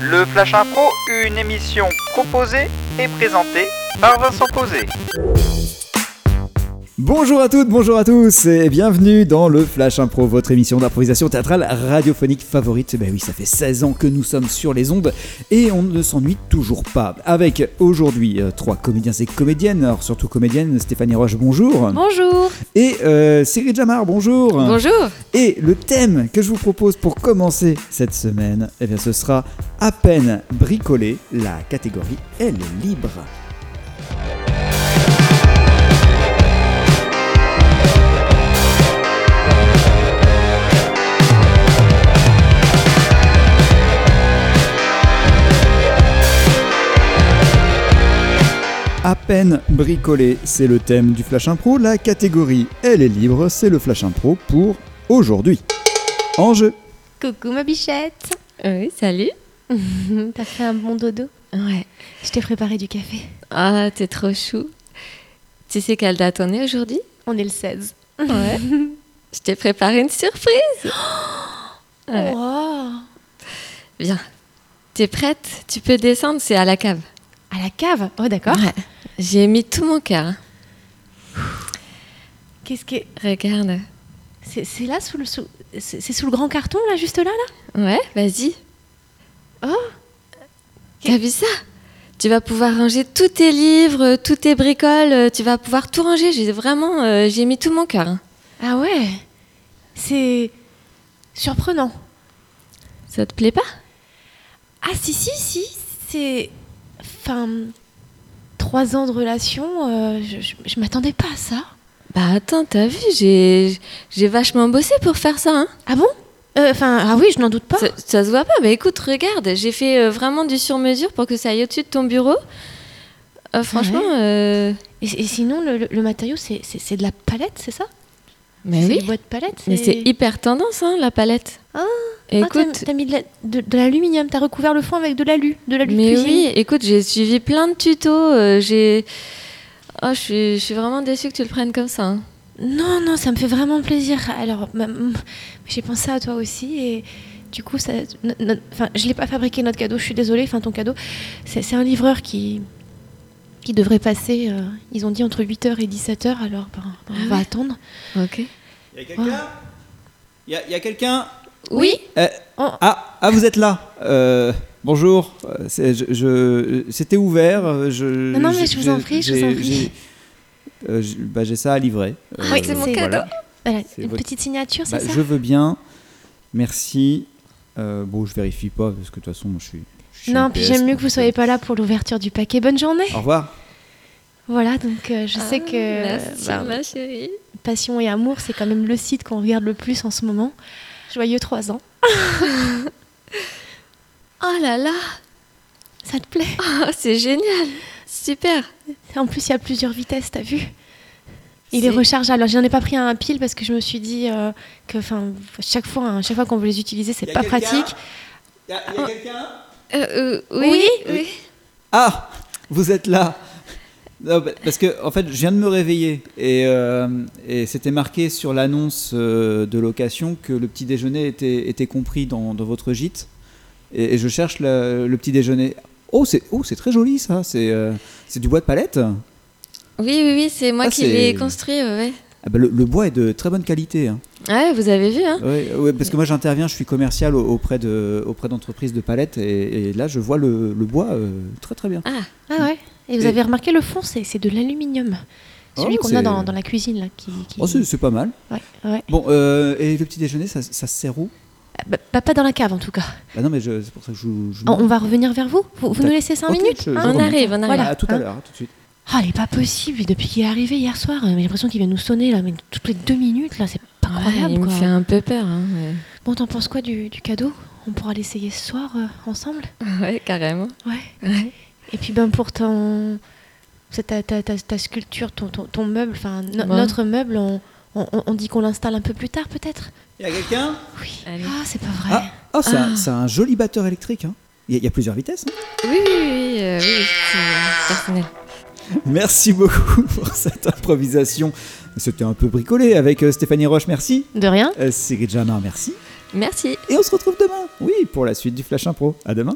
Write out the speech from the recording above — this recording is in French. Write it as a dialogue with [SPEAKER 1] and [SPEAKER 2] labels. [SPEAKER 1] Le Flash Info, une émission proposée et présentée par Vincent Posé.
[SPEAKER 2] Bonjour à toutes, bonjour à tous et bienvenue dans le Flash Impro, votre émission d'improvisation théâtrale radiophonique favorite. Ben oui, ça fait 16 ans que nous sommes sur les ondes et on ne s'ennuie toujours pas. Avec aujourd'hui euh, trois comédiens et comédiennes, alors surtout comédienne Stéphanie Roche, bonjour.
[SPEAKER 3] Bonjour.
[SPEAKER 2] Et euh, Cyril Jamar, bonjour.
[SPEAKER 3] Bonjour.
[SPEAKER 2] Et le thème que je vous propose pour commencer cette semaine, eh bien ce sera à peine bricolé, la catégorie elle est libre. À peine bricolé, c'est le thème du Flash Impro. La catégorie Elle est libre, c'est le Flash Impro pour aujourd'hui. En jeu
[SPEAKER 3] Coucou ma bichette.
[SPEAKER 4] Euh, Oui, salut.
[SPEAKER 3] Mhm, T'as fait un bon dodo
[SPEAKER 4] Ouais.
[SPEAKER 3] Je t'ai préparé du café.
[SPEAKER 4] Ah, t'es trop chou. Tu sais quelle date on est aujourd'hui
[SPEAKER 3] On est le 16.
[SPEAKER 4] Ouais. Je t'ai préparé une surprise. Ouais.
[SPEAKER 3] Wow.
[SPEAKER 4] Bien. T'es prête Tu peux descendre, c'est à la cave.
[SPEAKER 3] À la cave Oh d'accord.
[SPEAKER 4] Ouais. J'ai mis tout mon cœur. hein.
[SPEAKER 3] Qu'est-ce que...
[SPEAKER 4] Regarde.
[SPEAKER 3] C'est c'est là sous le... sous- C'est c'est sous le grand carton là, juste là là
[SPEAKER 4] Ouais, vas-y.
[SPEAKER 3] Oh
[SPEAKER 4] T'as vu ça Tu vas pouvoir ranger tous tes livres, tous tes bricoles. euh, Tu vas pouvoir tout ranger. J'ai vraiment, euh, j'ai mis tout mon cœur. hein.
[SPEAKER 3] Ah ouais C'est... Surprenant.
[SPEAKER 4] Ça te plaît pas
[SPEAKER 3] Ah si si si, c'est... Enfin... Trois ans de relation, euh, je, je- je m'attendais pas à ça.
[SPEAKER 4] Bah attends, t'as vu, j'ai, j'ai vachement bossé pour faire ça. Hein.
[SPEAKER 3] Ah bon Euh, Enfin, ah oui, je n'en doute pas.
[SPEAKER 4] Ça, ça se voit pas, mais écoute, regarde, j'ai fait euh, vraiment du sur-mesure pour que ça aille au-dessus de ton bureau. Euh, franchement, euh,
[SPEAKER 3] Et, et sinon, le, le- le matériau, c'est- c'est c'est de la palette, c'est ça
[SPEAKER 4] mais
[SPEAKER 3] C'est
[SPEAKER 4] oui,
[SPEAKER 3] des boîtes palettes
[SPEAKER 4] mais c'est hyper tendance, hein, la palette.
[SPEAKER 3] Ah, Ah, t'as-
[SPEAKER 4] écoute,
[SPEAKER 3] t'as mis de la- de de l'aluminium, t'as recouvert le fond avec de l'alu, de l'alu de
[SPEAKER 4] mais
[SPEAKER 3] cuisine.
[SPEAKER 4] oui, écoute, j'ai suivi plein de tutos. euh, j'ai, oh, je suis, je suis vraiment déçue que tu le prennes comme ça. hein.
[SPEAKER 3] Non, non, ça me fait vraiment plaisir. Alors, ma- m- j'ai pensé à toi aussi et du coup, ça, no- no- enfin, je l'ai pas fabriqué notre cadeau. Je suis désolée. Enfin, ton cadeau, c'est c'est un livreur qui qui devrait passer. euh, ils ont dit entre 8h et 17h. Alors, ben, ben,
[SPEAKER 4] Ah
[SPEAKER 3] on va attendre.
[SPEAKER 4] Ok.
[SPEAKER 2] Y'a quelqu'un Y'a quelqu'un
[SPEAKER 4] Oui.
[SPEAKER 3] Oh,
[SPEAKER 2] ah, ah, vous êtes là Euh, Bonjour, Euh, c'est- je- je- c'était ouvert. euh, Je,
[SPEAKER 3] Non, non, mais je vous en prie, je vous en
[SPEAKER 2] j'ai-
[SPEAKER 3] prie. Ah
[SPEAKER 2] j'ai- euh, j'ai- bah, j'ai ça à livrer.
[SPEAKER 3] Oui, c'est mon
[SPEAKER 4] cadeau.
[SPEAKER 3] Voilà,
[SPEAKER 2] C'est
[SPEAKER 3] une
[SPEAKER 2] votre-
[SPEAKER 3] petite signature, c'est
[SPEAKER 2] Bah,
[SPEAKER 3] ça
[SPEAKER 2] je veux bien, merci. Euh, bon, je vérifie pas parce que de toute façon, moi, je suis. je suis
[SPEAKER 3] Non,
[SPEAKER 2] NPS,
[SPEAKER 3] puis j'aime mieux
[SPEAKER 2] donc,
[SPEAKER 3] que vous
[SPEAKER 2] euh,
[SPEAKER 3] soyez pas là pour l'ouverture du paquet. Bonne journée.
[SPEAKER 2] Au revoir.
[SPEAKER 3] Voilà, donc euh, je sais
[SPEAKER 4] Ah,
[SPEAKER 3] que
[SPEAKER 4] Merci,
[SPEAKER 3] bah,
[SPEAKER 4] ma chérie.
[SPEAKER 3] Passion et Amour, c'est quand même le site qu'on regarde le plus en ce moment. Joyeux 3 ans.
[SPEAKER 4] Oh là là,
[SPEAKER 3] Ça te plaît
[SPEAKER 4] oh, c'est génial, super.
[SPEAKER 3] En plus, il y a plusieurs vitesses, t'as vu Il est,
[SPEAKER 4] C'est-
[SPEAKER 3] rechargeable. Alors, j'en ai pas pris un à pile parce que je me suis dit euh, que enfin, chaque fois, hein, chaque fois qu'on veut les utiliser, c'est pas pratique. Ah.
[SPEAKER 4] Euh, euh,
[SPEAKER 3] Oui.
[SPEAKER 4] oui.
[SPEAKER 2] Ah, vous êtes là. Non, bah, parce que en fait, je viens de me réveiller et, euh, et c'était marqué sur l'annonce euh, de location que le petit déjeuner était, était compris dans, dans votre gîte. Et, et je cherche le, le petit déjeuner. Oh, c'est oh, c'est très joli ça. C'est euh, c'est du bois de palette. Ah
[SPEAKER 4] Oui, oui, oui, c'est moi
[SPEAKER 2] Ah,
[SPEAKER 4] qui
[SPEAKER 2] c'est-
[SPEAKER 4] l'ai construit, ouais.
[SPEAKER 2] bah, le, le bois est de très bonne qualité. hein.
[SPEAKER 4] Ouais, vous avez vu, hein
[SPEAKER 2] Ouais, ouais, parce que moi j'interviens, je suis commercial au- auprès de auprès d'entreprises de palettes et, et là je vois le, le bois euh, très très bien.
[SPEAKER 4] Ah,
[SPEAKER 3] Ah ouais Et vous
[SPEAKER 2] Et-
[SPEAKER 3] avez remarqué le fond, c'est c'est de l'aluminium.
[SPEAKER 2] Oh,
[SPEAKER 3] Celui qu'on
[SPEAKER 2] c'est-
[SPEAKER 3] a dans, dans la cuisine, là. Qui, qui-
[SPEAKER 2] Oh, c'est c'est pas mal.
[SPEAKER 3] Ouais, ouais.
[SPEAKER 2] Bon, euh, et le petit déjeuner, ça, ça se sert où
[SPEAKER 3] Ah, bah, bah, pas dans la cave, en tout cas.
[SPEAKER 2] Bah non, mais je- c'est pour ça que je. je...
[SPEAKER 3] On, on va revenir vers vous. Vous, vous nous
[SPEAKER 2] D'accord.
[SPEAKER 3] laissez 5
[SPEAKER 2] Bah, Ok,
[SPEAKER 3] minutes
[SPEAKER 2] je- je
[SPEAKER 3] hein
[SPEAKER 4] on
[SPEAKER 2] remonte.
[SPEAKER 4] arrive, on arrive.
[SPEAKER 2] Ah, à tout à
[SPEAKER 3] hein.
[SPEAKER 2] l'heure, à tout de suite.
[SPEAKER 3] Ah, elle est pas possible. Et depuis qu'il est arrivé hier soir, euh, j'ai l'impression qu'il vient nous sonner là, mais toutes les deux minutes là, c'est pas
[SPEAKER 4] Ouais,
[SPEAKER 3] croyable.
[SPEAKER 4] il
[SPEAKER 3] quoi.
[SPEAKER 4] me fait un peu peur. Hein,
[SPEAKER 3] Bon, t'en penses quoi du, du cadeau On pourra l'essayer ce soir euh, ensemble.
[SPEAKER 4] ouais. Ouais, carrément.
[SPEAKER 3] Ouais.
[SPEAKER 4] Ouais.
[SPEAKER 3] Et puis ben pour ton c'est ta, ta- ta- ta sculpture, ton, ton, ton meuble, enfin no-
[SPEAKER 4] Ouais.
[SPEAKER 3] notre meuble, on, on- on- on dit qu'on l'installe un peu plus tard peut-être.
[SPEAKER 2] Il y a quelqu'un
[SPEAKER 3] Oui.
[SPEAKER 4] Allez.
[SPEAKER 3] Ah, c'est pas vrai.
[SPEAKER 2] Ah, oh, c'est un, c'est un joli batteur électrique. hein. Il y, a- il y a plusieurs vitesses. hein.
[SPEAKER 4] Oui, oui, oui, euh, oui, oui, c'est euh, personnel.
[SPEAKER 2] Merci beaucoup pour cette improvisation. C'était un peu bricolé avec euh, Stéphanie Roche, merci.
[SPEAKER 3] De rien.
[SPEAKER 2] Euh, Cyril Jamin, merci.
[SPEAKER 4] Merci.
[SPEAKER 2] Et on se retrouve demain, oui, pour la suite du Flash Impro. À demain.